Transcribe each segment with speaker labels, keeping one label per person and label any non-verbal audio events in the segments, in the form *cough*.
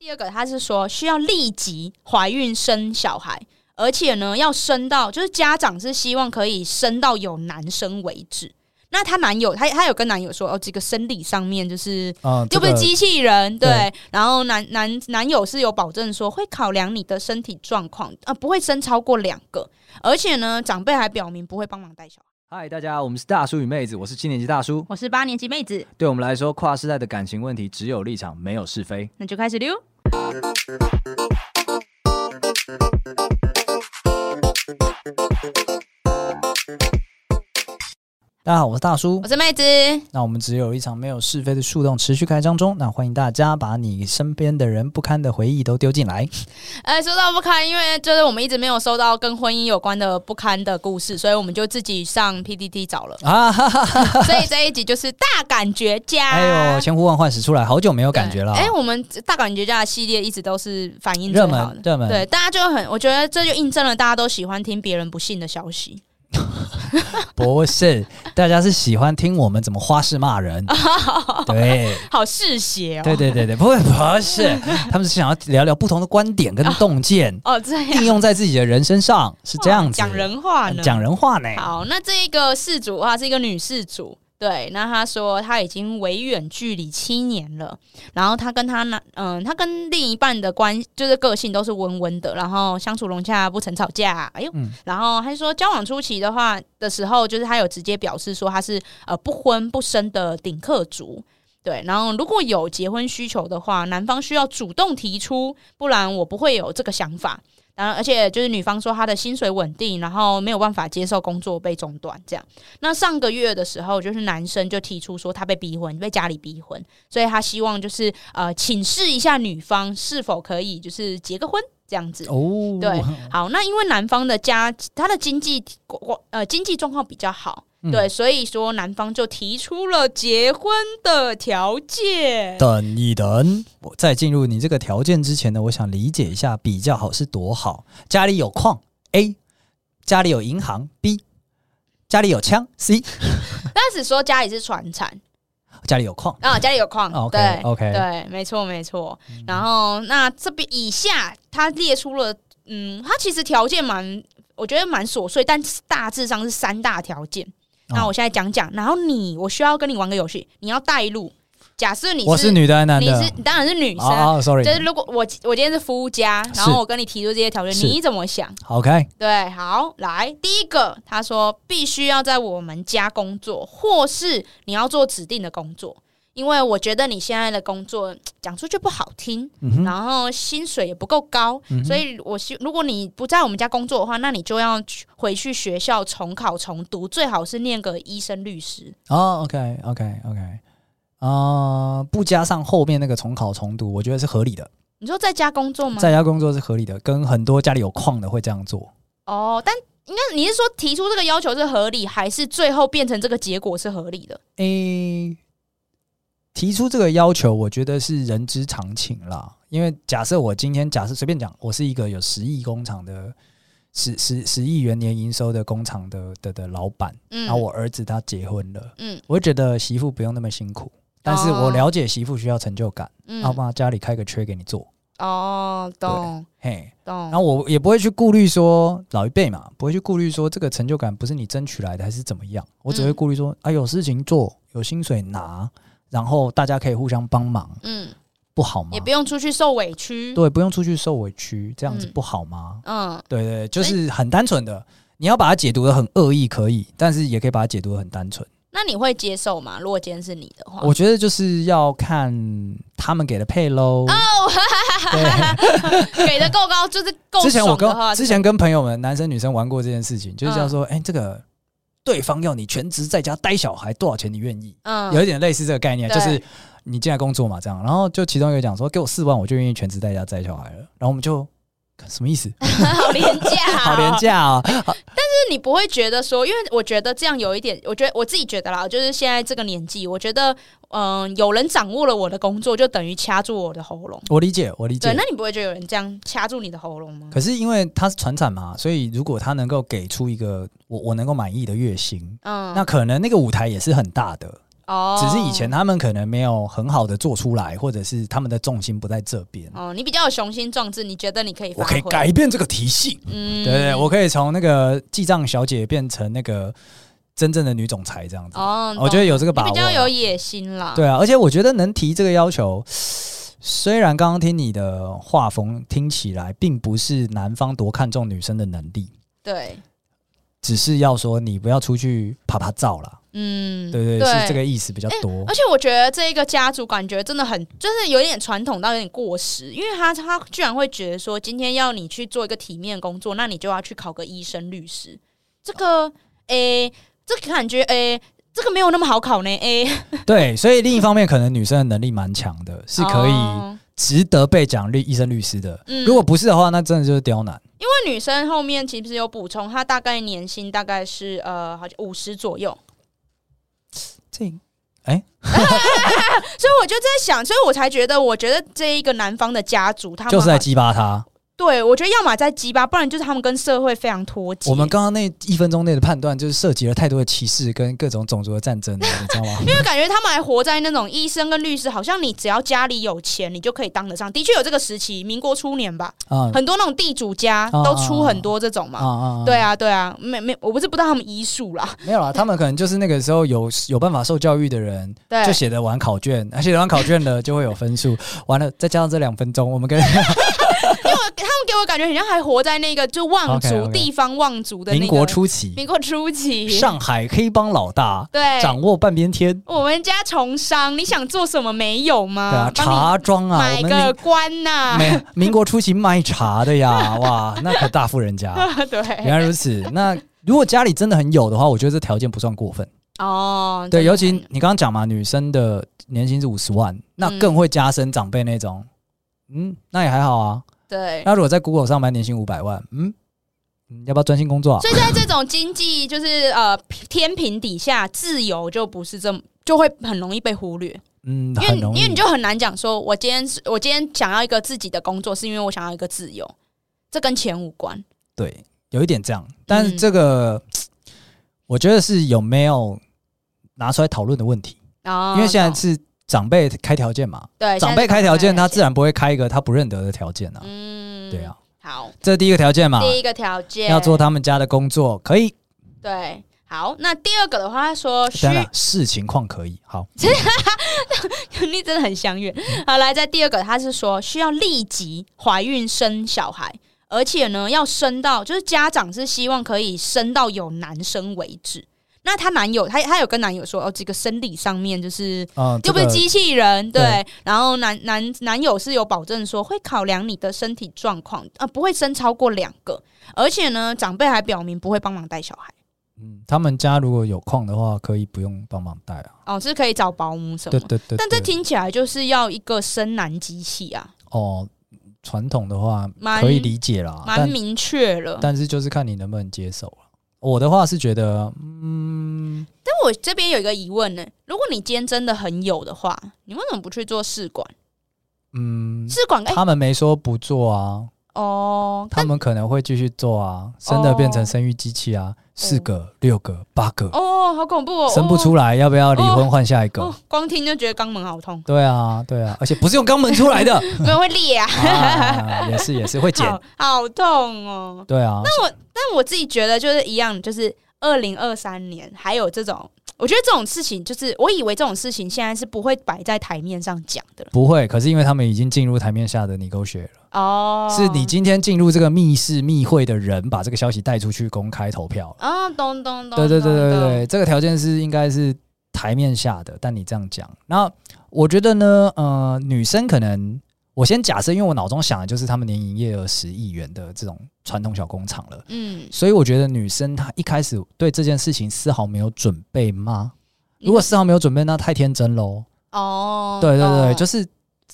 Speaker 1: 第二个，他是说需要立即怀孕生小孩，而且呢，要生到就是家长是希望可以生到有男生为止。那她男友，她她有跟男友说哦，这个生理上面就是
Speaker 2: 啊，
Speaker 1: 又不是
Speaker 2: 这个
Speaker 1: 机器人，对。
Speaker 2: 对
Speaker 1: 然后男男男友是有保证说会考量你的身体状况，啊，不会生超过两个，而且呢，长辈还表明不会帮忙带小孩。
Speaker 3: 嗨，大家好，我们是大叔与妹子，我是七年级大叔。
Speaker 4: 我是八年级妹子，
Speaker 3: 对我们来说，跨世代的感情问题只有立场，没有是非。
Speaker 4: 那就开始溜。
Speaker 2: 大家好，我是大叔
Speaker 1: 我。是妹子，
Speaker 2: 那我们只有一场没有是非的树洞持续开张中，那欢迎大家把你身边的人不堪的回忆都丢进 *laughs* 来。，
Speaker 1: 哎，说到不堪，因为就是我们一直没有收到跟婚姻有关的不堪的故事，所以我们就自己上 PDD 找了
Speaker 2: *laughs* 啊哈哈哈！
Speaker 1: 所以这一集就是大感觉家。
Speaker 2: 哎呦，千呼万唤始出来，好久没有感觉了。
Speaker 1: 对哎、我们大感觉家的系列一直都是反应最
Speaker 2: 热
Speaker 1: 好
Speaker 2: 门
Speaker 1: 的，
Speaker 2: 热门，
Speaker 1: 对，大家就很，我觉得这就印证了大家都喜欢听别人不幸的消息。
Speaker 2: 不是，大家是喜欢听我们怎么花式骂 *laughs* 人。对，
Speaker 1: 好嗜血哦。
Speaker 2: 对对对对，不会不是，他们是想要聊聊不同的观点跟洞 *laughs* 见，
Speaker 1: 哦，这样
Speaker 2: 应用在自己的人身上，是这样
Speaker 1: 哇
Speaker 2: 子。
Speaker 1: 讲人话呢。
Speaker 2: 哦讲人话呢。
Speaker 1: 好，那这一个事主的话是一个女事主。对，那她说她已经维远距离七年了，然后她跟她男，嗯，她跟另一半的关就是个性都是温温的，然后相处融洽，不曾吵架。哎呦，
Speaker 2: 嗯
Speaker 1: 然后她说交往初期的话的时候，就是她有直接表示说她是呃不婚不生的顶客族。对，然后如果有结婚需求的话，男方需要主动提出，不然我不会有这个想法。然后，而且就是女方说她的薪水稳定，然后没有办法接受工作被中断这样。那上个月的时候，就是男生就提出说他被逼婚，被家里逼婚，所以他希望就是呃请示一下女方是否可以就是结个婚这样子。
Speaker 2: 哦，
Speaker 1: 对，好，那因为男方的家他的经济呃经济状况比较好，
Speaker 2: 嗯
Speaker 1: 对，所以说男方就提出了结婚的条件。
Speaker 2: 等一等，我在进入你这个条件之前呢，我想理解一下比较好是多好。家里有矿 A，家里有银行 B，家里有枪 C，
Speaker 1: 但是说家里是传产
Speaker 2: 家里有矿。
Speaker 1: 啊，家里有矿，对
Speaker 2: 嗯哦 OK OK，嗯
Speaker 1: 对，没错没错。然后那这边以下他列出了，嗯，他其实条件蛮，我觉得蛮琐碎，但是大致上是三大条件。
Speaker 2: 哦
Speaker 1: 那我现在讲讲，然后你，我需要跟你玩个游戏，你要带路。假设你
Speaker 2: 我是女的还是男
Speaker 1: 你
Speaker 2: 的
Speaker 1: 是？你当然是女生啊。
Speaker 2: 啊啊，sorry，
Speaker 1: 就是如果我我今天是夫家，然
Speaker 2: 是
Speaker 1: 后我跟你提出这些条件，
Speaker 2: 是
Speaker 1: 你怎么想？
Speaker 2: OK，
Speaker 1: 对，好，来第一个，他说必须要在我们家工作，或是你要做指定的工作，因为我觉得你现在的工作讲出去不好听，
Speaker 2: 嗯哼，
Speaker 1: 然后薪水也不够高，
Speaker 2: 嗯哼
Speaker 1: 所以我希如果你不在我们家工作的话，那你就要去回去学校重考重读，最好是念个医生、律师。
Speaker 2: 哦，OK OK OK，啊，不加上后面那个重考重读，我觉得是合理的，
Speaker 1: 你说在家工作吗？
Speaker 2: 在家工作是合理的，跟很多家里有矿的会这样做。
Speaker 1: 哦，但应该你是说提出这个要求是合理，还是最后变成这个结果是合理的？
Speaker 2: 诶、提出这个要求，我觉得是人之常情啦。因为假设我今天假设随便讲，我是一个有十亿工厂的十十十亿元年营收的工厂的的的老板，
Speaker 1: 嗯，
Speaker 2: 然后啊我儿子他结婚了，
Speaker 1: 嗯哦
Speaker 2: 我会觉得媳妇不用那么辛苦，但是我了解媳妇需要成就感，
Speaker 1: 嗯
Speaker 2: 要不然家里开个缺给你做，
Speaker 1: 哦，懂
Speaker 2: 嘿。
Speaker 1: 懂
Speaker 2: 然。后我也不会去顾虑说老一辈嘛，不会去顾虑说这个成就感不是你争取来的还是怎么样，我只会
Speaker 1: 嗯
Speaker 2: 顾虑说、啊有事情做，有薪水拿，然后大家可以互相帮忙，
Speaker 1: 嗯，
Speaker 2: 不好吗
Speaker 1: 也？不用出去受委屈。
Speaker 2: 对，不用出去受委屈，这样子
Speaker 1: 嗯
Speaker 2: 不好吗？
Speaker 1: 嗯，
Speaker 2: 对对，对就是很单纯的，你要把它解读的很恶意可以，但是也可以把它解读的很单纯。
Speaker 1: 那你会接受吗？如果今天是你的话，
Speaker 2: 我觉得就是要看他们给的配喽。
Speaker 1: 啊
Speaker 2: 对。
Speaker 1: 哦给的够高，就是够
Speaker 2: 之前我
Speaker 1: 爽的
Speaker 2: 跟
Speaker 1: 话，嗯
Speaker 2: 之前跟朋友们男生女生玩过这件事情，就是这样说，哎、这个对方要你全职在家带小孩，多少钱你愿意？
Speaker 1: 嗯
Speaker 2: 有一点类似这个概念，
Speaker 1: 对
Speaker 2: 就是你进来工作嘛，这样，然后就其中一个讲说，给我四万，我就愿意全职在家带小孩了，然后我们就。什么
Speaker 1: *laughs*
Speaker 2: 意思？，
Speaker 1: 好廉价
Speaker 2: *laughs*
Speaker 1: 哦
Speaker 2: 好廉。价啊！
Speaker 1: 就是你不会觉得说，因为我觉得这样有一点，我觉得我自己觉得啦，就是现在这个年纪，我觉得嗯、有人掌握了我的工作，就等于掐住我的喉咙。
Speaker 2: 我理解，我理
Speaker 1: 对，
Speaker 2: 解
Speaker 1: 那。你不会觉得有人这样掐住你的喉咙吗？
Speaker 2: 可是因为他是船产嘛，所以如果他能够给出一个我我能够满意的月薪，
Speaker 1: 嗯，
Speaker 2: 那可能那个舞台也是很大的。
Speaker 1: 哦，
Speaker 2: 只是以前他们可能没有很好的做出来，或者是他们的重心不在这边。
Speaker 1: 哦，你比较有雄心壮志，你觉得你可以发
Speaker 2: 我
Speaker 1: 挥，
Speaker 2: 可以改变这个体系，
Speaker 1: 嗯，
Speaker 2: 对对对，我可以从那个记账小姐变成那个真正的女总裁这样子。
Speaker 1: 哦，
Speaker 2: 我觉得有这个
Speaker 1: 懂
Speaker 2: 把
Speaker 1: 你
Speaker 2: 握啊
Speaker 1: 比较有野心啦，
Speaker 2: 对啊，而且我觉得能提这个要求，虽然刚刚听你的画风听起来并不是男方多看重女生的能力，
Speaker 1: 对，
Speaker 2: 只是要说你不要出去啪啪照啦，
Speaker 1: 嗯，
Speaker 2: 对对，是这个意思比较多
Speaker 1: 而。且我觉得这一个家族感觉真的很，就是有点传统到有点过时，因为他他居然会觉得说，今天要你去做一个体面的工作，那你就要去考个医生、律师。这个，诶、这个感觉，诶、这个没有那么好考呢，诶、
Speaker 2: 对，所以另一方面，可能女生的能力蛮强的，是可以
Speaker 1: 哦
Speaker 2: 值得被奖励医生律师的。
Speaker 1: 嗯
Speaker 2: 如果不是的话，那真的就是刁难。
Speaker 1: 因为女生后面其实有补充，她大概年薪大概是呃，好像五十左右，
Speaker 2: 这
Speaker 1: 所以我就在想，所以我才觉得，我觉得这一个南方的家族，他们
Speaker 2: 就是在
Speaker 1: 好
Speaker 2: 激发他。
Speaker 1: 对我觉得要么在鸡巴，不然就是他们跟社会非常脱节。
Speaker 2: 我们刚刚那一分钟内的判断，就是涉及了太多的歧视跟各种种族的战争了，你知道吗？
Speaker 1: *laughs* 因为感觉他们还活在那种医生跟律师，好像你只要家里有钱，你就可以当得上。的确有这个时期，民国初年吧，
Speaker 2: 啊
Speaker 1: 很多那种地主家
Speaker 2: 啊
Speaker 1: 都出很多这种
Speaker 2: 啊
Speaker 1: 嘛。
Speaker 2: 啊！
Speaker 1: 对，啊，对啊，没没，我不是不知道他们医术啦，
Speaker 2: 没有啦，他们可能就是那个时候有有办法受教育的人，
Speaker 1: 对
Speaker 2: 就，写得完考卷，啊写得完考卷了就会有分数。完了，再加上这两分钟，我们跟
Speaker 1: 他们给我感觉很像还活在那个就望族
Speaker 2: OK，OK
Speaker 1: 地方望族的那个
Speaker 2: 民国初期
Speaker 1: 民国初期，
Speaker 2: 上海黑帮老大
Speaker 1: 对，
Speaker 2: 掌握半边天，
Speaker 1: 我们家从商，你想做什么没有
Speaker 2: 对啊
Speaker 1: 吗，？帮
Speaker 2: 茶庄
Speaker 1: 你
Speaker 2: 啊，我
Speaker 1: 买
Speaker 2: 们
Speaker 1: 个
Speaker 2: 民
Speaker 1: 官呐、
Speaker 2: 没民国初期卖茶的呀，哇，那可大富人家。
Speaker 1: *laughs* 对，
Speaker 2: *laughs* 原来如此，那如果家里真的很有的话，我觉得这条件不算过分。
Speaker 1: 哦，
Speaker 2: 对，
Speaker 1: 真的
Speaker 2: 尤其你刚刚讲嘛，女生的年薪是五十万，那
Speaker 1: 嗯
Speaker 2: 更会加深长辈那种，嗯，那也还好啊。
Speaker 1: 对，
Speaker 2: 那如果在 Google 上班，年薪五百万，嗯，嗯要不要专心工作啊？
Speaker 1: 所以在这种经济就是呃天平底下，自由就不是这么。就会很容易被忽略，
Speaker 2: 嗯，
Speaker 1: 因为
Speaker 2: 很
Speaker 1: 你
Speaker 2: 容易，
Speaker 1: 因为你就很难讲说，我今天是我今天想要一个自己的工作，是因为我想要一个自由，这跟钱无关。
Speaker 2: 对，有一点这样。但是这个，
Speaker 1: 嗯
Speaker 2: 我觉得是有没有拿出来讨论的问题，
Speaker 1: 哦，
Speaker 2: 因为现在
Speaker 1: 懂
Speaker 2: 是长辈开条件嘛，
Speaker 1: 对
Speaker 2: 长辈开条件，他自
Speaker 1: 然
Speaker 2: 然不会开一个他不认得的条件啊。
Speaker 1: 嗯
Speaker 2: 对啊，，
Speaker 1: 好，
Speaker 2: 这是第一个条件嘛，
Speaker 1: 第一个条件
Speaker 2: 要做他们家的工作可以，
Speaker 1: 对。好，那第二个的话，他说需
Speaker 2: 当然视情况可以。好，
Speaker 1: *laughs* 你真的很相远。好，来，在第二个，他是说需要立即怀孕生小孩，而且呢，要生到就是家长是希望可以生到有男生为止。那她男友，她她有跟男友说，哦，这个生理上面 *laughs* 就是
Speaker 2: 嗯，
Speaker 1: 又不是
Speaker 2: 这个
Speaker 1: 机器人，对。
Speaker 2: 对
Speaker 1: 然后男男男友是有保证说会考量你的身体状况，啊、不会生超过两个，而且呢，长辈还表明不会帮忙带小孩，
Speaker 2: 嗯，他们家如果有空的话，可以不用帮忙带啊。
Speaker 1: 哦，是可以找保姆什么
Speaker 2: 对。对对，
Speaker 1: 但这
Speaker 2: 对
Speaker 1: 听起来就是要一个生男机器啊，
Speaker 2: 哦，传统的话
Speaker 1: 蛮
Speaker 2: 可以理解啦，
Speaker 1: 蛮
Speaker 2: 但
Speaker 1: 明确了。
Speaker 2: 但是就是看你能不能接受了。我的话是觉得，嗯，
Speaker 1: 但我这边有一个疑问呢，如果你今天真的很有的话，你为什么不去做试管？
Speaker 2: 嗯，
Speaker 1: 试管哎、
Speaker 2: 他们没说不做啊，
Speaker 1: 哦，
Speaker 2: 他
Speaker 1: 但
Speaker 2: 们可能会继续做啊，生的变成
Speaker 1: 哦
Speaker 2: 生育机器啊，四个、六个、八个，
Speaker 1: 哦，好恐怖哦，
Speaker 2: 生不出来，要不要离婚换下一
Speaker 1: 哦
Speaker 2: 个，
Speaker 1: 哦？光听就觉得肛门好痛
Speaker 2: 对啊，对啊，而且不是用肛门出来的，
Speaker 1: 没有会裂啊，
Speaker 2: 啊也
Speaker 1: *laughs*
Speaker 2: 是也是会 *laughs* 剪，
Speaker 1: 好好痛哦。
Speaker 2: 对啊，
Speaker 1: 但我自己觉得就是一样，就是二零二三年还有这种，我觉得这种事情就是我以为这种事情现在是不会摆在台面上讲的
Speaker 2: 不会，可是因为他们已经进入台面下的你勾血了，
Speaker 1: 哦，
Speaker 2: 是你今天进入这个密室密会的人把这个消息带出去公开投票。
Speaker 1: 啊、哦，咚咚咚，
Speaker 2: 对对对对
Speaker 1: 咚
Speaker 2: 对，
Speaker 1: 咚
Speaker 2: 对这个条件是应该是台面下的，但你这样讲，那我觉得呢，呃，女生可能我先假设，因为我脑中想的就是他们年营业额十亿元的这种传统小工厂了。
Speaker 1: 嗯，
Speaker 2: 所以我觉得女生她一开始对这件事情丝毫没有准备吗？
Speaker 1: 你
Speaker 2: 如果丝毫没有准备，那太天真喽。
Speaker 1: 哦，
Speaker 2: 对对对，
Speaker 1: 懂
Speaker 2: 就是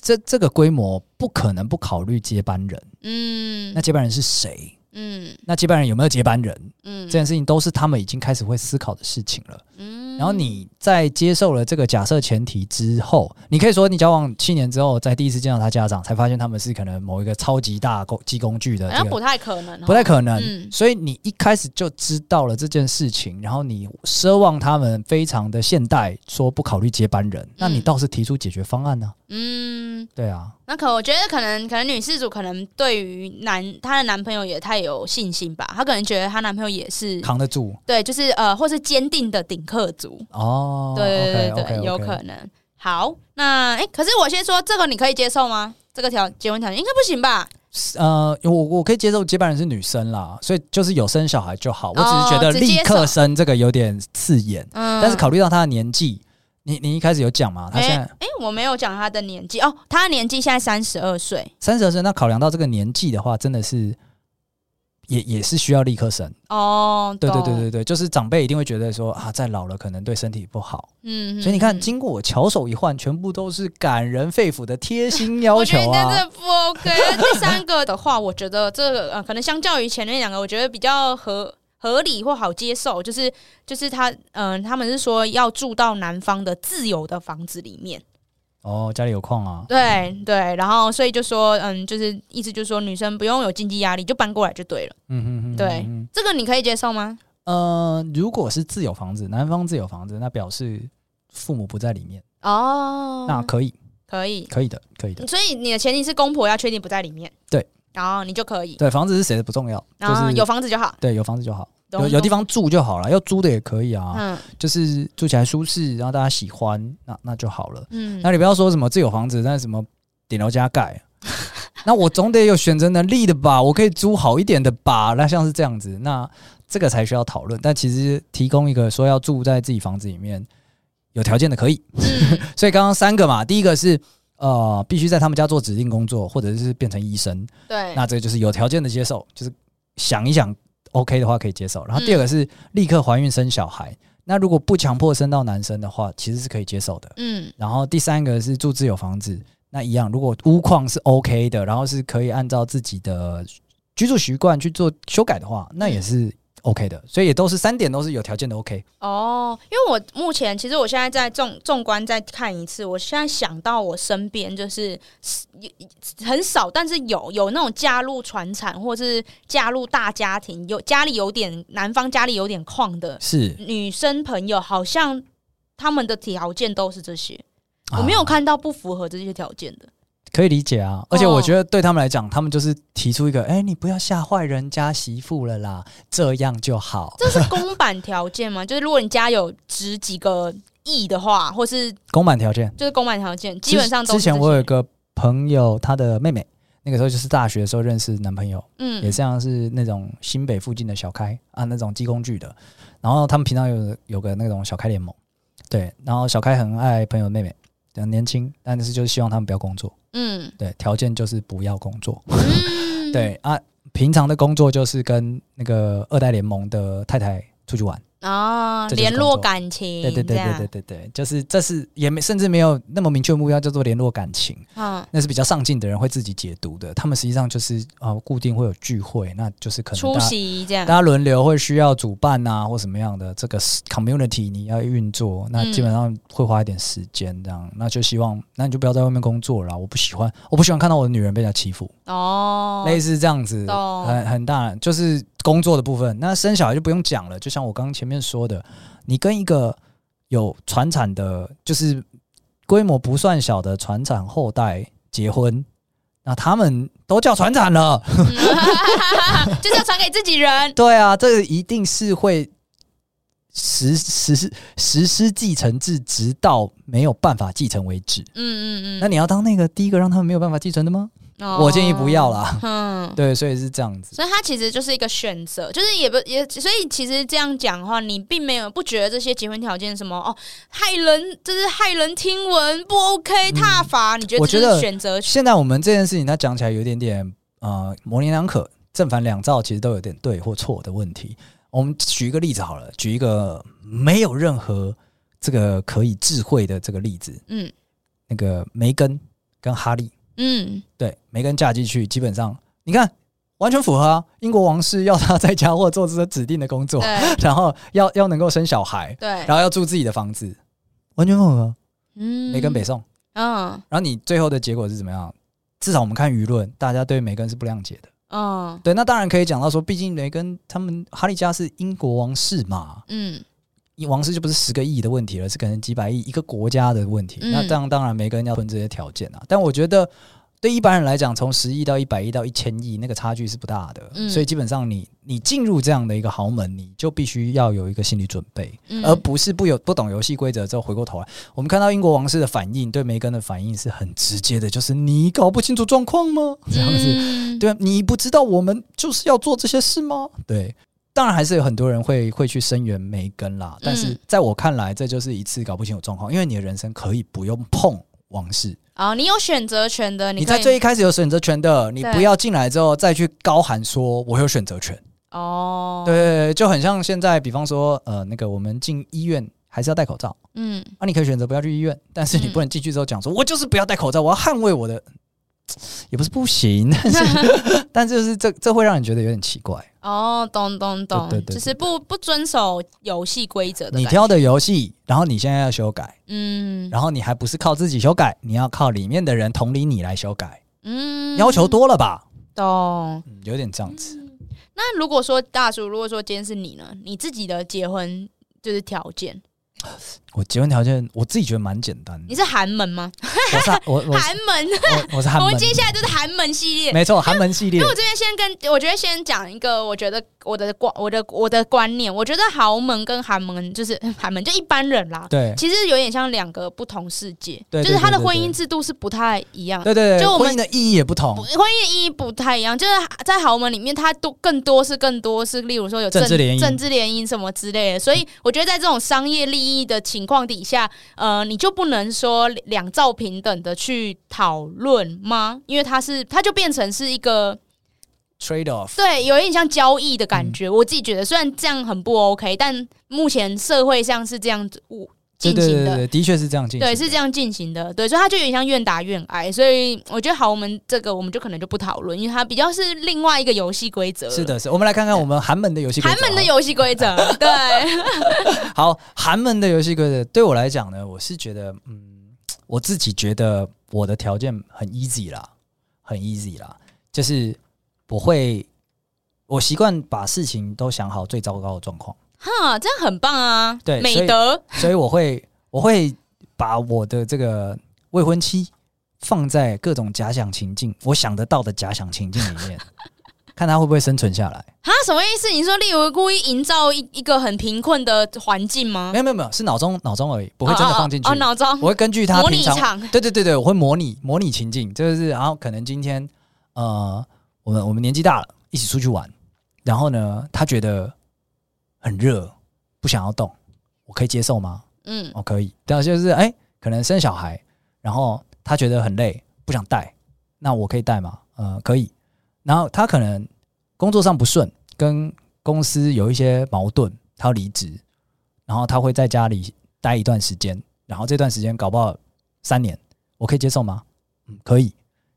Speaker 2: 这这个规模不可能不考虑接班人。
Speaker 1: 嗯
Speaker 2: 那接班人是谁？
Speaker 1: 嗯
Speaker 2: 那接班人有没有接班人？
Speaker 1: 嗯
Speaker 2: 这件事情都是他们已经开始会思考的事情了。
Speaker 1: 嗯嗯
Speaker 2: 然后你在接受了这个假设前提之后，你可以说你交往七年之后，在第一次见到他家长，才发现他们是可能某一个超级大工技工具的
Speaker 1: 好
Speaker 2: 这
Speaker 1: 像
Speaker 2: 个
Speaker 1: 不。太可能哦，
Speaker 2: 不太可能，
Speaker 1: 嗯
Speaker 2: 所以你一开始就知道了这件事情，然后你奢望他们非常的现代，说不考虑接班人，那你
Speaker 1: 嗯
Speaker 2: 倒是提出解决方案呢、
Speaker 1: 嗯，
Speaker 2: 对啊，
Speaker 1: 那可我觉得可能可能女事主可能对于男她的男朋友也太有信心吧，她可能觉得她男朋友也是
Speaker 2: 扛得住
Speaker 1: 对，就是呃，或是坚定的顶客族，
Speaker 2: 哦。
Speaker 1: 对对
Speaker 2: o k
Speaker 1: 对
Speaker 2: o k
Speaker 1: 对，有可能。好，那哎、诶可是我先说这个，你可以接受吗？这个条结婚条件应该不行吧？
Speaker 2: 呃，我我可以接受接班人是女生啦，所以就是有生小孩就好。我只是觉得
Speaker 1: 哦直接
Speaker 2: 立刻生这个有点刺眼，
Speaker 1: 嗯，
Speaker 2: 但是考虑到她的年纪，你你一开始有讲嘛，她现在
Speaker 1: 哎、我没有讲他的年纪哦，他的年纪现在三十二岁
Speaker 2: 三十二岁，那考量到这个年纪的话，真的是也也是需要立刻生。
Speaker 1: 哦。
Speaker 2: 对对对
Speaker 1: 懂，
Speaker 2: 对对，就是长辈一定会觉得说啊，再老了可能对身体不好，
Speaker 1: 嗯
Speaker 2: 所以你看，
Speaker 1: 嗯
Speaker 2: 经过我巧手一换，全部都是感人肺腑的贴心要
Speaker 1: 我觉
Speaker 2: 求
Speaker 1: 得
Speaker 2: 啊。
Speaker 1: 这不 OK。第三个的话，我觉得这个呃，可能相较于前面两个，我觉得比较合合理或好接受，就是就是他嗯、呃他们是说要住到男方的自由的房子里面。
Speaker 2: 哦，家里有矿啊，
Speaker 1: 对对，然后所以就说，嗯，就是意思就是说，女生不用有经济压力，就搬过来就对了。
Speaker 2: 嗯哼哼，
Speaker 1: 对
Speaker 2: 嗯哼
Speaker 1: 这个你可以接受吗？
Speaker 2: 呃，如果是自有房子，男方自有房子，那表示父母不在里面，
Speaker 1: 哦，
Speaker 2: 那可以，
Speaker 1: 可以。
Speaker 2: 可以的，可以的。
Speaker 1: 所以你的前提是公婆要确定不在里面，
Speaker 2: 对，
Speaker 1: 然后你就可以，
Speaker 2: 对，房子是谁的不重要，就
Speaker 1: 然后
Speaker 2: 是
Speaker 1: 哦有房子就好，
Speaker 2: 对有房子就好，
Speaker 1: 懂
Speaker 2: 有有地
Speaker 1: 懂
Speaker 2: 方住就好了，要租的也可以啊，
Speaker 1: 嗯
Speaker 2: 就是住起来舒适，然后大家喜欢，那那就好了。
Speaker 1: 嗯，
Speaker 2: 那你不要说什么自有房子，那什么顶楼加盖。 *laughs* 那我总得有选择能力的吧，我可以租好一点的吧。那像是这样子，那这个才需要讨论。但其实提供一个说要住在自己房子里面有条件的可以，
Speaker 1: 嗯
Speaker 2: 所以刚刚三个嘛，第一个是呃，必须在他们家做指定工作，或者是变成医生，
Speaker 1: 对，
Speaker 2: 那这个就是有条件的接受，就是想一想 OK 的话可以接受。然后第二个是立刻怀孕生小孩，那如果不强迫生到男生的话，其实是可以接受的。
Speaker 1: 嗯
Speaker 2: 然后第三个是住自有房子，那一样，如果屋况是 OK 的，然后是可以按照自己的居住习惯去做修改的话，那也是 OK 的。所以也都是三点都是有条件的 OK。
Speaker 1: 哦，因为我目前其实我现在在纵纵观再看一次，我现在想到我身边就是很少，但是有有那种加入传产或是加入大家庭，有家里有点男方家里有点矿的
Speaker 2: 是，
Speaker 1: 女生朋友，好像他们的条件都是这些，我没有
Speaker 2: 啊
Speaker 1: 看到不符合这些条件的。
Speaker 2: 可以理解啊，而且
Speaker 1: 哦
Speaker 2: 我觉得对他们来讲，他们就是提出一个，哎、你不要吓坏人家媳妇了啦，这样就好。
Speaker 1: 这是公版条件
Speaker 2: *laughs*
Speaker 1: 吗？就是如果你家有值几个亿的话，或是
Speaker 2: 公版条件，
Speaker 1: 就是公版条件，基本上
Speaker 2: 之
Speaker 1: 都是
Speaker 2: 之前
Speaker 1: 这
Speaker 2: 我有
Speaker 1: 些
Speaker 2: 一个朋友，她的妹妹，那个时候就是大学的时候认识男朋友，
Speaker 1: 嗯
Speaker 2: 也像是那种新北附近的小开啊，那种机工具的。然后他们平常有有个那种小开联盟，对，然后小开很爱朋友的妹妹，很年轻，但是就是希望他们不要工作，
Speaker 1: 嗯
Speaker 2: 对，条件就是不要工作，
Speaker 1: 嗯，
Speaker 2: 对啊，平常的工作就是跟那个二代联盟的太太出去玩，
Speaker 1: 哦，
Speaker 2: 这就是
Speaker 1: 联
Speaker 2: 工
Speaker 1: 络
Speaker 2: 作
Speaker 1: 感情，
Speaker 2: 对对
Speaker 1: 嗯
Speaker 2: 对
Speaker 1: 这样
Speaker 2: 对对对对，就是这是也没甚至没有那么明确的目标叫做联络感情，
Speaker 1: 嗯，
Speaker 2: 那是比较上进的人会自己解读的，他们实际上就是啊、呃固定会有聚会，那就是可能
Speaker 1: 出
Speaker 2: 大家
Speaker 1: 席啊这样
Speaker 2: 大，家轮流会需要主办啊，或什么样的这个 s- community 你要运作，那基本上会花一点时间这样，那就希望那你就不要在外面工作了，我不喜欢，我不喜欢看到我的女人被人家欺负，
Speaker 1: 哦，
Speaker 2: 类似这样子，
Speaker 1: 懂
Speaker 2: 很很大就是工作的部分。那生小孩就不用讲了，就像我刚前面说的，你跟一个有传产的，就是规模不算小的传产后代结婚，那他们都叫传产了。
Speaker 1: 嗯 *laughs* 就是要传给自己人，
Speaker 2: 对啊，这个一定是会实实施实施继承制，直到没有办法继承为止。
Speaker 1: 嗯嗯嗯，
Speaker 2: 那你要当那个第一个让他们没有办法继承的吗？
Speaker 1: 哦
Speaker 2: 我建议不要，啦。
Speaker 1: 嗯。
Speaker 2: 对，所以是这样子。
Speaker 1: 所以它其实就是一个选择，就是也不也，所以其实这样讲的话，你并没有不觉得这些结婚条件什么哦，害人，就是害人听闻不 OK 踏伐，你觉得
Speaker 2: 嗯我
Speaker 1: 这
Speaker 2: 觉
Speaker 1: 就
Speaker 2: 得
Speaker 1: 是选择权？
Speaker 2: 现在我们这件事情，它讲起来有一点点呃模棱两可，正反两造，其实都有点对或错的问题。我们举一个例子好了，举一个没有任何这个可以智慧的这个例子，
Speaker 1: 嗯
Speaker 2: 那个梅根跟哈利，
Speaker 1: 嗯，
Speaker 2: 对，梅根嫁进去，基本上你看完全符合啊！英国王室要他在家或做这指定的工作，
Speaker 1: 对
Speaker 2: 然后要要能够生小孩，
Speaker 1: 对，
Speaker 2: 然后要住自己的房子，完全符合。啊
Speaker 1: 嗯
Speaker 2: 梅根北宋，
Speaker 1: 嗯
Speaker 2: 然后你最后的结果是怎么样？至少我们看舆论，大家对梅根是不谅解的。
Speaker 1: 嗯
Speaker 2: 对，那当然可以讲到说，毕竟梅根他们哈利家是英国王室嘛，
Speaker 1: 嗯
Speaker 2: 英王室就不是十个亿的问题了，是可能几百亿一个国家的问题。
Speaker 1: 嗯
Speaker 2: 那当当然梅根要遵这些条件啊，但我觉得对一般人来讲，从十亿到一百亿到一千亿，那个差距是不大的。
Speaker 1: 嗯
Speaker 2: 所以基本上你你进入这样的一个豪门，你就必须要有一个心理准备。
Speaker 1: 嗯，
Speaker 2: 而不是不有不懂游戏规则之后回过头来，我们看到英国王室的反应，对梅根的反应是很直接的，就是你搞不清楚状况吗？
Speaker 1: 嗯
Speaker 2: 这样子，
Speaker 1: 子，
Speaker 2: 对啊，你不知道我们就是要做这些事吗？对，当然还是有很多人会会去声援梅根啦，但是
Speaker 1: 嗯
Speaker 2: 在我看来，这就是一次搞不清楚状况，因为你的人生可以不用碰王室，
Speaker 1: 哦，你有选择权的，
Speaker 2: 你
Speaker 1: 可
Speaker 2: 在
Speaker 1: 以
Speaker 2: 最一开始有选择权的，你
Speaker 1: 对
Speaker 2: 不要进来之后再去高喊说我有选择权。
Speaker 1: 哦，，
Speaker 2: 对，就很像现在，比方说，呃，那个我们进医院还是要戴口罩。
Speaker 1: 嗯
Speaker 2: 啊，你可以选择不要去医院，但是你
Speaker 1: 嗯
Speaker 2: 不能进去之后讲说，我就是不要戴口罩，我要捍卫我的，也不是
Speaker 1: *laughs*
Speaker 2: 不行，但是但是就是这这会让你觉得有点奇怪。
Speaker 1: 哦，懂懂懂
Speaker 2: 对对，对
Speaker 1: 就是不不遵守游戏规则的
Speaker 2: 你
Speaker 1: 感觉，
Speaker 2: 挑的游戏，然后你现在要修改，
Speaker 1: 嗯
Speaker 2: 然后你还不是靠自己修改，你要靠里面的人同理你来修改，
Speaker 1: 嗯，
Speaker 2: 要求多了吧？
Speaker 1: 懂。
Speaker 2: 嗯有点这样子。
Speaker 1: 那如果说大叔，如果说今天是你呢，你自己的结婚就是条件，
Speaker 2: 我结婚条件我自己觉得蛮简单
Speaker 1: *laughs* 你
Speaker 2: 的，
Speaker 1: 是寒门吗？
Speaker 2: 我是啊我我
Speaker 1: 寒门，
Speaker 2: 我我是寒
Speaker 1: 我
Speaker 2: 门
Speaker 1: 们，接下来就是寒门系列。
Speaker 2: 没错，寒门
Speaker 1: *laughs*
Speaker 2: 系列
Speaker 1: 那。我这边先跟我觉得先讲一个，我觉得我的观我的我的观念，我觉得豪门跟寒门就是 *laughs* 寒门就一般人啦，
Speaker 2: 对
Speaker 1: 其实有点像两个不同世界，
Speaker 2: 哎对对
Speaker 1: 就是他的
Speaker 2: 对对
Speaker 1: 婚
Speaker 2: 对
Speaker 1: 姻制度是不太一样的。
Speaker 2: 对对对，
Speaker 1: 就我们
Speaker 2: 婚姻的意义也不同
Speaker 1: 不，婚姻意义不太一样，就是在豪门里面，它多更多是更多是，例如说有
Speaker 2: 政治联姻嗯
Speaker 1: 政治联姻什么之类的。所以我觉得在这种商业利益的情况底下，呃，你就不能说两造平等的去讨论吗？因为它是，它就变成是一个
Speaker 2: trade off。嗯
Speaker 1: 对，有点像交易的感觉。我自己觉得，虽然这样很不 OK，但目前社会上是这样子我
Speaker 2: 对
Speaker 1: 进
Speaker 2: 对
Speaker 1: 行
Speaker 2: 对
Speaker 1: 的
Speaker 2: 对，。对的确是这样进行
Speaker 1: 对，
Speaker 2: 的。
Speaker 1: 是这样进行的。对，所以他就有点像愿打愿挨。所以我觉得好，我们这个我们就可能就不讨论，因为它比较是另外一个游戏规则。
Speaker 2: 是，的，是我们来看看我们韩门的游戏规则
Speaker 1: 韩
Speaker 2: 啊。
Speaker 1: 呃门的游戏规则。
Speaker 2: *laughs*
Speaker 1: 对，
Speaker 2: 好，韩门的游戏规则对我来讲呢，我是觉得，嗯，我自己觉得我的条件很 easy 啦，很 easy 啦，就是我会，我习惯把事情都想好最糟糕的状况，
Speaker 1: 哈，这样很棒啊。
Speaker 2: 对所以
Speaker 1: 美德。
Speaker 2: 所以我会， *laughs* 我会把我的这个未婚妻放在各种假想情境，我想得到的假想情境里面， *laughs* 看他会不会生存下来。
Speaker 1: 哈，什么意思？你说例如故意营造一一个很贫困的环境吗
Speaker 2: 没？有没有没有，是脑中脑中而已，不会真的放进去。
Speaker 1: 哦哦哦，脑中
Speaker 2: 我会根据他
Speaker 1: 模
Speaker 2: 平
Speaker 1: 拟
Speaker 2: 常
Speaker 1: 场。
Speaker 2: 对对对对，我会模拟模拟情境，就是然后可能今天呃，我们我们年纪大了，一起出去玩，然后呢，他觉得很热，不想要动，我可以接受吗？
Speaker 1: 嗯
Speaker 2: 哦，可以。但就是哎，可能生小孩，然后他觉得很累，不想带，那我可以带吗？呃，可以。然后他可能工作上不顺，跟公司有一些矛盾，他要离职，然后他会在家里待一段时间，然后这段时间搞不好三年，我可以接受吗？嗯，可以。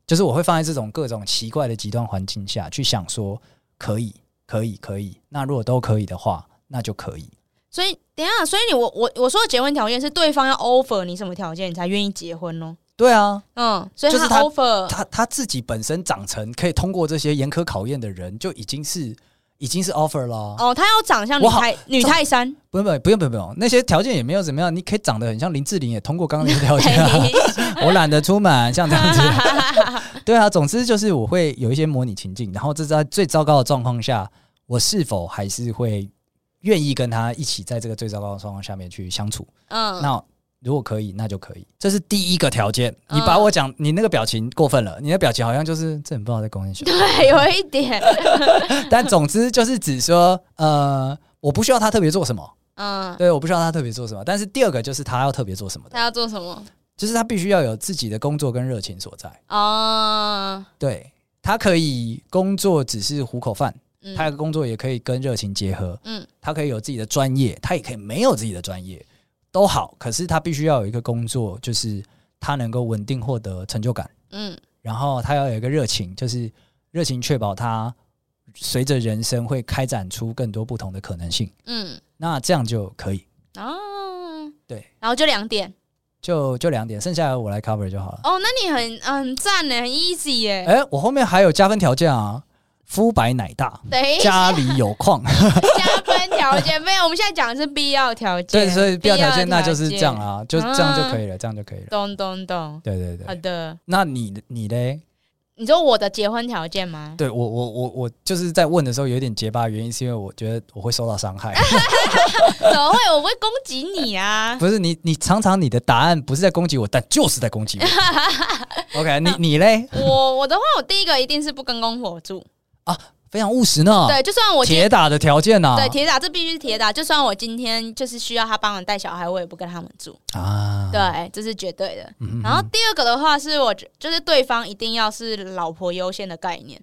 Speaker 2: 就是我会放在这种各种奇怪的极端环境下去想说，可以，可以，可以。那如果都可以的话，那就可以。
Speaker 1: 所以等一下，所以你我我我说的结婚条件是对方要 offer 你什么条件，你才愿意结婚哦。
Speaker 2: 对啊，
Speaker 1: 嗯，所以
Speaker 2: 就是
Speaker 1: 他
Speaker 2: 他
Speaker 1: offer
Speaker 2: 他他自己本身长成可以通过这些严苛考验的人，就已经是已经是 offer 了啊、
Speaker 1: 哦，他要长相女
Speaker 2: 我好
Speaker 1: 泰女泰山。
Speaker 2: 不用不用不用不用不用，那些条件也没有怎么样，你可以长得很像林志玲，也通过刚刚那些条件、啊。我懒得出门，像这样子。
Speaker 1: *laughs*
Speaker 2: 对啊，总之就是我会有一些模拟情境，然后这在最糟糕的状况下，我是否还是会愿意跟他一起在这个最糟糕的状况下面去相处？
Speaker 1: 嗯，
Speaker 2: 那如果可以，那就可以。这是第一个条件。你
Speaker 1: 嗯
Speaker 2: 把我讲，你那个表情过分了，你的表情好像就是这很不知道在公演
Speaker 1: *laughs* 对，有一点， *laughs*
Speaker 2: 但总之就是指说，呃，我不需要他特别做什么，
Speaker 1: 嗯，
Speaker 2: 对，我不需要他特别做什么。但是第二个就是他要特别做什么的
Speaker 1: 他，要做什么？
Speaker 2: 就是他必须要有自己的工作跟热情所在。
Speaker 1: 哦，
Speaker 2: 对他可以工作只是糊口饭，
Speaker 1: 嗯
Speaker 2: 他的工作也可以跟热情结合，
Speaker 1: 嗯
Speaker 2: 他可以有自己的专业，他也可以没有自己的专业，都好。可是他必须要有一个工作，就是他能够稳定获得成就感。
Speaker 1: 嗯
Speaker 2: 然后他要有一个热情，就是热情确保他随着人生会开展出更多不同的可能性。
Speaker 1: 嗯，
Speaker 2: 那这样就可以，
Speaker 1: 哦，
Speaker 2: 对，
Speaker 1: 然后就两点。
Speaker 2: 就就两点，剩下的我来 cover 就好了。
Speaker 1: 哦，那你很很赞呢，很 easy 耶。
Speaker 2: 哎、我后面还有加分条件啊，肤白奶大，
Speaker 1: 等一下
Speaker 2: 家里有
Speaker 1: *laughs*
Speaker 2: 矿，
Speaker 1: 加分条件没有，我们现在讲的是必要条件。
Speaker 2: 对，所以必要条件那就是这样
Speaker 1: 了。
Speaker 2: 啊，就这样就可以了，这样就可以了。
Speaker 1: 懂懂懂，
Speaker 2: 对对
Speaker 1: 好
Speaker 2: 对，
Speaker 1: 的。
Speaker 2: 那你你嘞？
Speaker 1: 你说我的结婚条件吗？
Speaker 2: 对我我我我就是在问的时候有点结巴，原因是因为我觉得我会受到伤
Speaker 1: *laughs*
Speaker 2: 害。
Speaker 1: 怎么会？我不会攻击你啊！
Speaker 2: 不是你你常常你的答案不是在攻击我，但就是在攻击我。OK，你
Speaker 1: *laughs*
Speaker 2: 你嘞？
Speaker 1: 我我的话，我第一个一定是不跟公婆住。
Speaker 2: 非常务实呢，
Speaker 1: 对，就算我今
Speaker 2: 铁打的条件啊呐、
Speaker 1: 对铁打，这必须是铁打。就算我今天就是需要他帮我带小孩，我也不跟他们住。
Speaker 2: 啊，
Speaker 1: 对，这是绝对的。
Speaker 2: 嗯，嗯
Speaker 1: 然后第二个的话是我觉就是对方一定要是老婆优先的概念，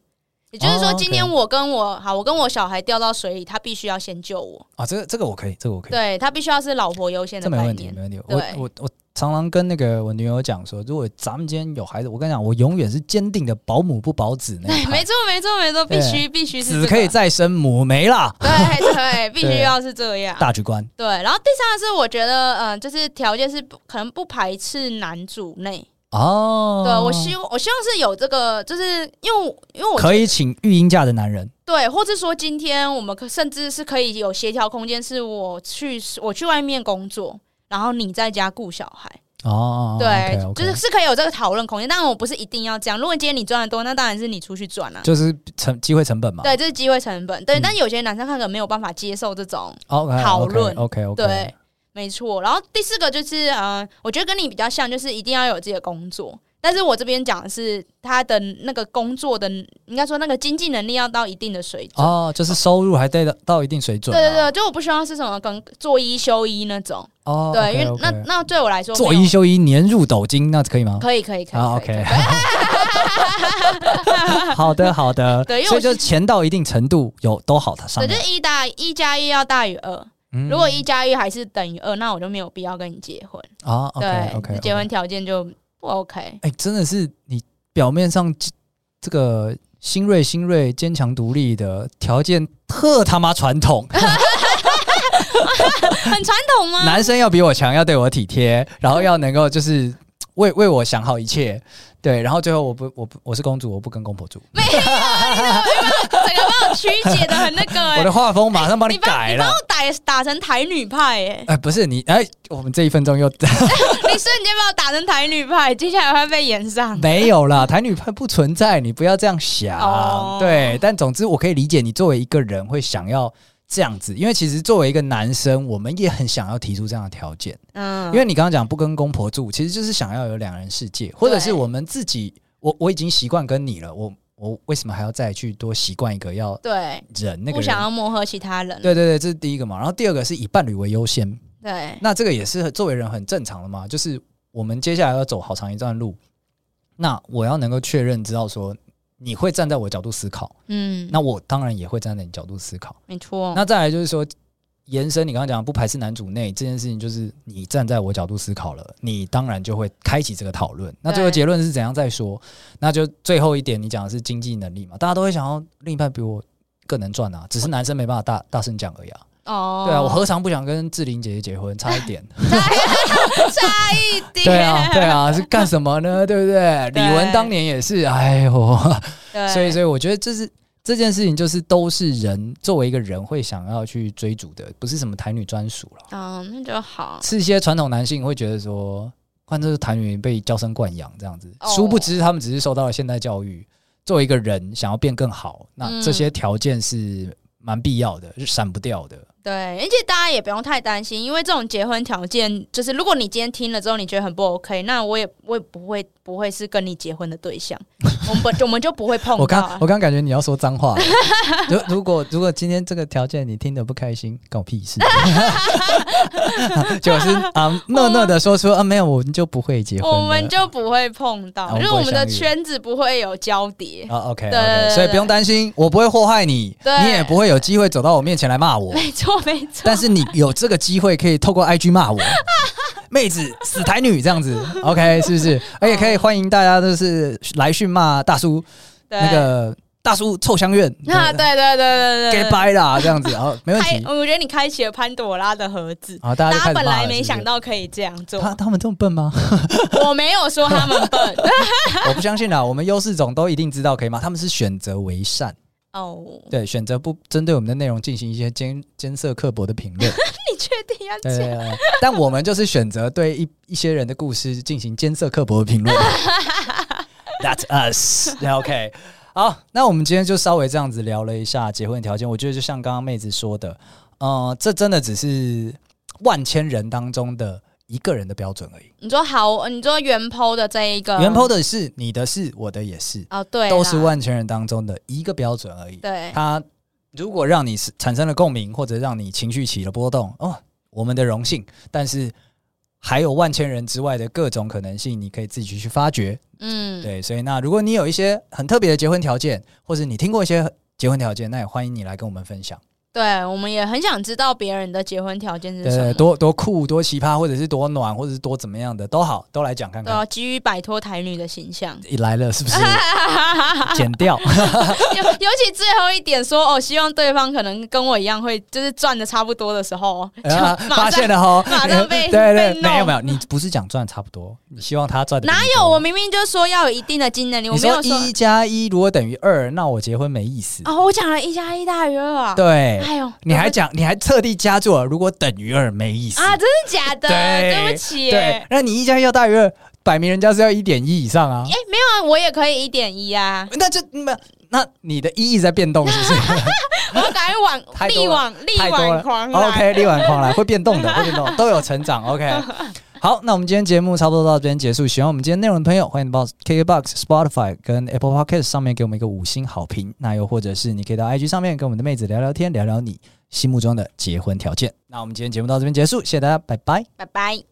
Speaker 1: 也就是
Speaker 2: 哦
Speaker 1: 说，
Speaker 2: ，OK
Speaker 1: 今天我跟我好，我跟我小孩掉到水里，他必须要先救我，
Speaker 2: 啊，这个这个我可以，这个我可以。
Speaker 1: 对他必须要是老婆优先
Speaker 2: 这
Speaker 1: 的
Speaker 2: 没
Speaker 1: 概
Speaker 2: 问题，
Speaker 1: 念
Speaker 2: 没。问题。我
Speaker 1: 对
Speaker 2: 我我常常跟那个我女友讲说，如果咱们今天有孩子，我跟你讲，我永远是坚定的保姆不保子那一
Speaker 1: 对，
Speaker 2: 派
Speaker 1: 没错，没错，没错，必须必须是、这
Speaker 2: 子
Speaker 1: 个、
Speaker 2: 可以再生，母没啦。
Speaker 1: 对
Speaker 2: *laughs*
Speaker 1: 对，必须要是这样。
Speaker 2: 大局观
Speaker 1: 对，然后第三个是我觉得，嗯、就是条件是不可能不排斥男主内。
Speaker 2: 哦，
Speaker 1: 对我希我希望是有这个，就是因为我因为我
Speaker 2: 可以请育婴假的男人
Speaker 1: 对，或是说今天我们可甚至是可以有协调空间，是我去我去外面工作，然后你在家顾小孩。
Speaker 2: 哦，
Speaker 1: 对
Speaker 2: o
Speaker 1: 就
Speaker 2: k
Speaker 1: 是是可以有这个讨论空间。当然，我不是一定要这样。如果今天你赚的多，那当然是你出去赚啊。
Speaker 2: 就是成机会成本嘛，
Speaker 1: 对，这是机会成本。对，
Speaker 2: 嗯
Speaker 1: 但有些男生他可能没有办法接受这种，
Speaker 2: ，OK，
Speaker 1: 讨论
Speaker 2: OK OK，
Speaker 1: 对，没错。然后第四个就是，呃，我觉得跟你比较像，就是一定要有自己的工作。但是我这边讲的是他的那个工作的，应该说那个经济能力要到一定的水准。
Speaker 2: 哦，就是收入还得到到一定水准、啊，
Speaker 1: 对对对，就我不希望是什么跟做一休一那种。
Speaker 2: 哦，
Speaker 1: 对
Speaker 2: OK，
Speaker 1: 因为
Speaker 2: OK
Speaker 1: 那那对我来说没有，
Speaker 2: 做一休一，年入斗金，那可以吗？
Speaker 1: 可以可以可以
Speaker 2: 啊
Speaker 1: 可以
Speaker 2: ，OK，
Speaker 1: 可以
Speaker 2: *laughs* 好的好的，
Speaker 1: 对因为
Speaker 2: 所以
Speaker 1: 我
Speaker 2: 就是钱到一定程度有都好的商
Speaker 1: 对，就
Speaker 2: 量。
Speaker 1: 是一大一加一要大于二。
Speaker 2: 嗯
Speaker 1: 如果一加一还是等于二，那我就没有必要跟你结婚。
Speaker 2: 啊
Speaker 1: 对
Speaker 2: ，OK OK，
Speaker 1: 结婚条件就不 OK。
Speaker 2: 哎，真的是你表面上这这个新锐新锐坚强独立的条件特他妈传
Speaker 1: *laughs*
Speaker 2: 统，
Speaker 1: 很传统
Speaker 2: *laughs*
Speaker 1: 吗？
Speaker 2: 男生要比我强，要对我体贴，然后要能够就是为为我想好一切，对，然后最后我不我不我是公主，我不跟公婆住，
Speaker 1: 整个把我曲解的很那个、
Speaker 2: *laughs* 我
Speaker 1: 欸，
Speaker 2: 的画风马上帮
Speaker 1: 你把
Speaker 2: 改
Speaker 1: 你
Speaker 2: 了
Speaker 1: 把。我打打成台女派、
Speaker 2: *laughs*
Speaker 1: 欸，
Speaker 2: 哎，不是你，哎，我们这一分钟又
Speaker 1: 你瞬间把我打成台女派，接下来会被延 *laughs*
Speaker 2: *laughs*
Speaker 1: 上。
Speaker 2: 没有啦，台女派不存在，你不要这样想。
Speaker 1: 哦
Speaker 2: 对，但总之我可以理解你作为一个人会想要这样子，因为其实作为一个男生，我们也很想要提出这样的条件。
Speaker 1: 嗯，
Speaker 2: 因为你刚刚讲不跟公婆住，其实就是想要有两人世界，或者是
Speaker 1: 对
Speaker 2: 我们自己，我我已经习惯跟你了，我我为什么还要再去多习惯一个要
Speaker 1: 对，
Speaker 2: 人那个
Speaker 1: 不想
Speaker 2: 人？
Speaker 1: 要磨合其他人。
Speaker 2: 对对对，这是第一个嘛。然后第二个是以伴侣为优先，
Speaker 1: 对
Speaker 2: 那这个也是作为人很正常的嘛，就是我们接下来要走好长一段路，那我要能够确认知道说你会站在我角度思考，
Speaker 1: 嗯，
Speaker 2: 那我当然也会站在你角度思考。
Speaker 1: 没错。
Speaker 2: 那再来就是说，延伸你刚刚讲的不排斥男主内这件事情，就是你站在我角度思考了，你当然就会开启这个讨论。那最后
Speaker 1: 对
Speaker 2: 结论是怎样再说？那就最后一点，你讲的是经济能力嘛，大家都会想要另一半比我更能赚啊，只是男生没办法大大声讲而已啊。
Speaker 1: 哦，
Speaker 2: 对啊，我何尝不想跟志玲姐姐结婚？差一点。
Speaker 1: 差一点。
Speaker 2: 对
Speaker 1: *laughs*
Speaker 2: 啊，对啊，是干什么呢？对不对？
Speaker 1: 对
Speaker 2: 李玟当年也是，哎呦，
Speaker 1: 对，
Speaker 2: 所以所以我觉得这是这件事情，就是都是人作为一个人会想要去追逐的，不是什么台女专属了。
Speaker 1: 嗯，那就好。
Speaker 2: 是一些传统男性会觉得说，看这是台女被娇生惯养这样子，
Speaker 1: 哦
Speaker 2: 殊不知他们只是受到了现代教育，作为一个人想要变更好，那
Speaker 1: 嗯
Speaker 2: 这些条件是蛮必要的，是闪不掉的。
Speaker 1: 对，而且大家也不用太担心，因为这种结婚条件，就是如果你今天听了之后你觉得很不 OK，那我也我也不会不会是跟你结婚的对
Speaker 2: *laughs*
Speaker 1: 象，我们本我们就不会碰到
Speaker 2: 我刚
Speaker 1: 啊、
Speaker 2: 我刚感觉你要说
Speaker 1: *laughs*
Speaker 2: 脏话了，如如果如果今天这个条件你听得不开心，关我
Speaker 1: *laughs*
Speaker 2: 屁事。就是啊，讷讷的说出啊，没有，我们就不会结婚了。
Speaker 1: 我们就不会碰到，
Speaker 2: 啊我们
Speaker 1: 就是
Speaker 2: 不会
Speaker 1: 我们的
Speaker 2: 相遇
Speaker 1: 圈子不会有交叠。
Speaker 2: 啊，OK
Speaker 1: 对对
Speaker 2: OK，
Speaker 1: 对
Speaker 2: 所以不用担心，我不会祸害你，
Speaker 1: 对
Speaker 2: 你也不会有机会走到我面前来骂
Speaker 1: *laughs*
Speaker 2: 我。
Speaker 1: 没错，没错。
Speaker 2: 但是你有这个机会可以透过 IG 骂我，妹子死台女这样子，OK 是不是？而且可以欢迎大家就是来讯骂大叔，
Speaker 1: 对
Speaker 2: *laughs* 那个大叔臭相怨，
Speaker 1: 那啊对对对对对
Speaker 2: 给
Speaker 1: 对，
Speaker 2: 掰啦这样子，然后没问
Speaker 1: 开，
Speaker 2: 题，
Speaker 1: 我觉得你开启了潘朵拉的盒子。
Speaker 2: 然后大家就
Speaker 1: 大
Speaker 2: 开
Speaker 1: 家
Speaker 2: 始骂
Speaker 1: 本
Speaker 2: 了
Speaker 1: 来
Speaker 2: 是不
Speaker 1: 没
Speaker 2: 是
Speaker 1: 想到可以这样做，
Speaker 2: 他他们这么
Speaker 1: *laughs*
Speaker 2: 笨吗？
Speaker 1: 我没有说他
Speaker 2: *laughs*
Speaker 1: 们笨
Speaker 2: 我不相信啦，我们优势总都一定知道可以吗？他们是选择为善，
Speaker 1: 哦。
Speaker 2: 对，选择不针对我们的内容进行一些尖尖涩刻薄的评论，
Speaker 1: 你确定要
Speaker 2: 对
Speaker 1: 这
Speaker 2: 对
Speaker 1: 样？
Speaker 2: 对 *laughs* 对但我们就是选择对一一些人的故事进行尖涩刻薄的
Speaker 1: *laughs*
Speaker 2: 评论。That's us 对。OK，好，那我们今天就稍微这样子聊了一下结婚条件。我觉得就像刚刚妹子说的，呃，这真的只是万千人当中的一个人的标准而已。
Speaker 1: 你说好，你说原 PO 的这一个
Speaker 2: 原 PO 的是你的是我的也是，
Speaker 1: 哦，嗯对啦，
Speaker 2: 都是万千人当中的一个标准而已。
Speaker 1: 对，
Speaker 2: 它如果让你是产生了共鸣，或者让你情绪起了波动，哦，我们的荣幸。但是还有万千人之外的各种可能性，你可以自己去发掘。
Speaker 1: 嗯，
Speaker 2: 对，所以那如果你有一些很特别的结婚条件，或者你听过一些结婚条件，那也欢迎你来跟我们分享。
Speaker 1: 对，我们也很想知道别人的结婚条件是
Speaker 2: 对
Speaker 1: 什么。
Speaker 2: 多多酷、多奇葩，或者是多暖，或者是多怎么样的都好，都来讲看
Speaker 1: 对
Speaker 2: 看。
Speaker 1: 啊，急于摆脱台女的形象。 *laughs*
Speaker 2: 一来了是不是剪掉？
Speaker 1: 尤尤其最后一点说哦，希望对方可能跟我一样会，就是赚的差不多的时候，就
Speaker 2: 然后
Speaker 1: 马
Speaker 2: 啊 *laughs* 发
Speaker 1: 上
Speaker 2: 现了哈，
Speaker 1: 马上被
Speaker 2: *laughs* 对对，
Speaker 1: 被弄
Speaker 2: 没有没有，你不是讲赚差不多，你希望他赚得比
Speaker 1: 哪
Speaker 2: 你
Speaker 1: 有？
Speaker 2: 多
Speaker 1: 我明明就说要有一定的竞争力，我
Speaker 2: 你
Speaker 1: 没有
Speaker 2: 说
Speaker 1: 说
Speaker 2: 一加一如果等于二，那我结婚没意思。
Speaker 1: 哦，我讲了一加一大于二啊。，
Speaker 2: 对，
Speaker 1: 哎呦，
Speaker 2: 你还
Speaker 1: 对
Speaker 2: 讲，你还特地加注了，如果等于二没意
Speaker 1: 不
Speaker 2: 思。
Speaker 1: 啊？真的假的？
Speaker 2: 对
Speaker 1: 对不起，
Speaker 2: 对
Speaker 1: 哎，，
Speaker 2: 那你一加一要大于二，摆明人家是要一点一以上啊。
Speaker 1: 没有啊，我也可以一点一啊，
Speaker 2: 那就没有，那你的一一直在变动，是不是？
Speaker 1: 我改往
Speaker 2: 太多了
Speaker 1: 力挽力
Speaker 2: 太多
Speaker 1: 挽
Speaker 2: 了
Speaker 1: 狂澜。
Speaker 2: OK，力挽狂澜会变动的，会变动，都有成长。OK，好，
Speaker 1: *laughs*
Speaker 2: 那我们今天节目差不多到这边结束。喜欢我们今天内容的朋友，欢迎到 KKBox、Spotify 跟 Apple Podcast 上面给我们一个五星好评。那又或者是你可以到 IG 上面跟我们的妹子聊聊天，聊聊你心目中的结婚条件。那我们今天节目到这边结束，谢谢大家，拜拜。
Speaker 1: 拜拜。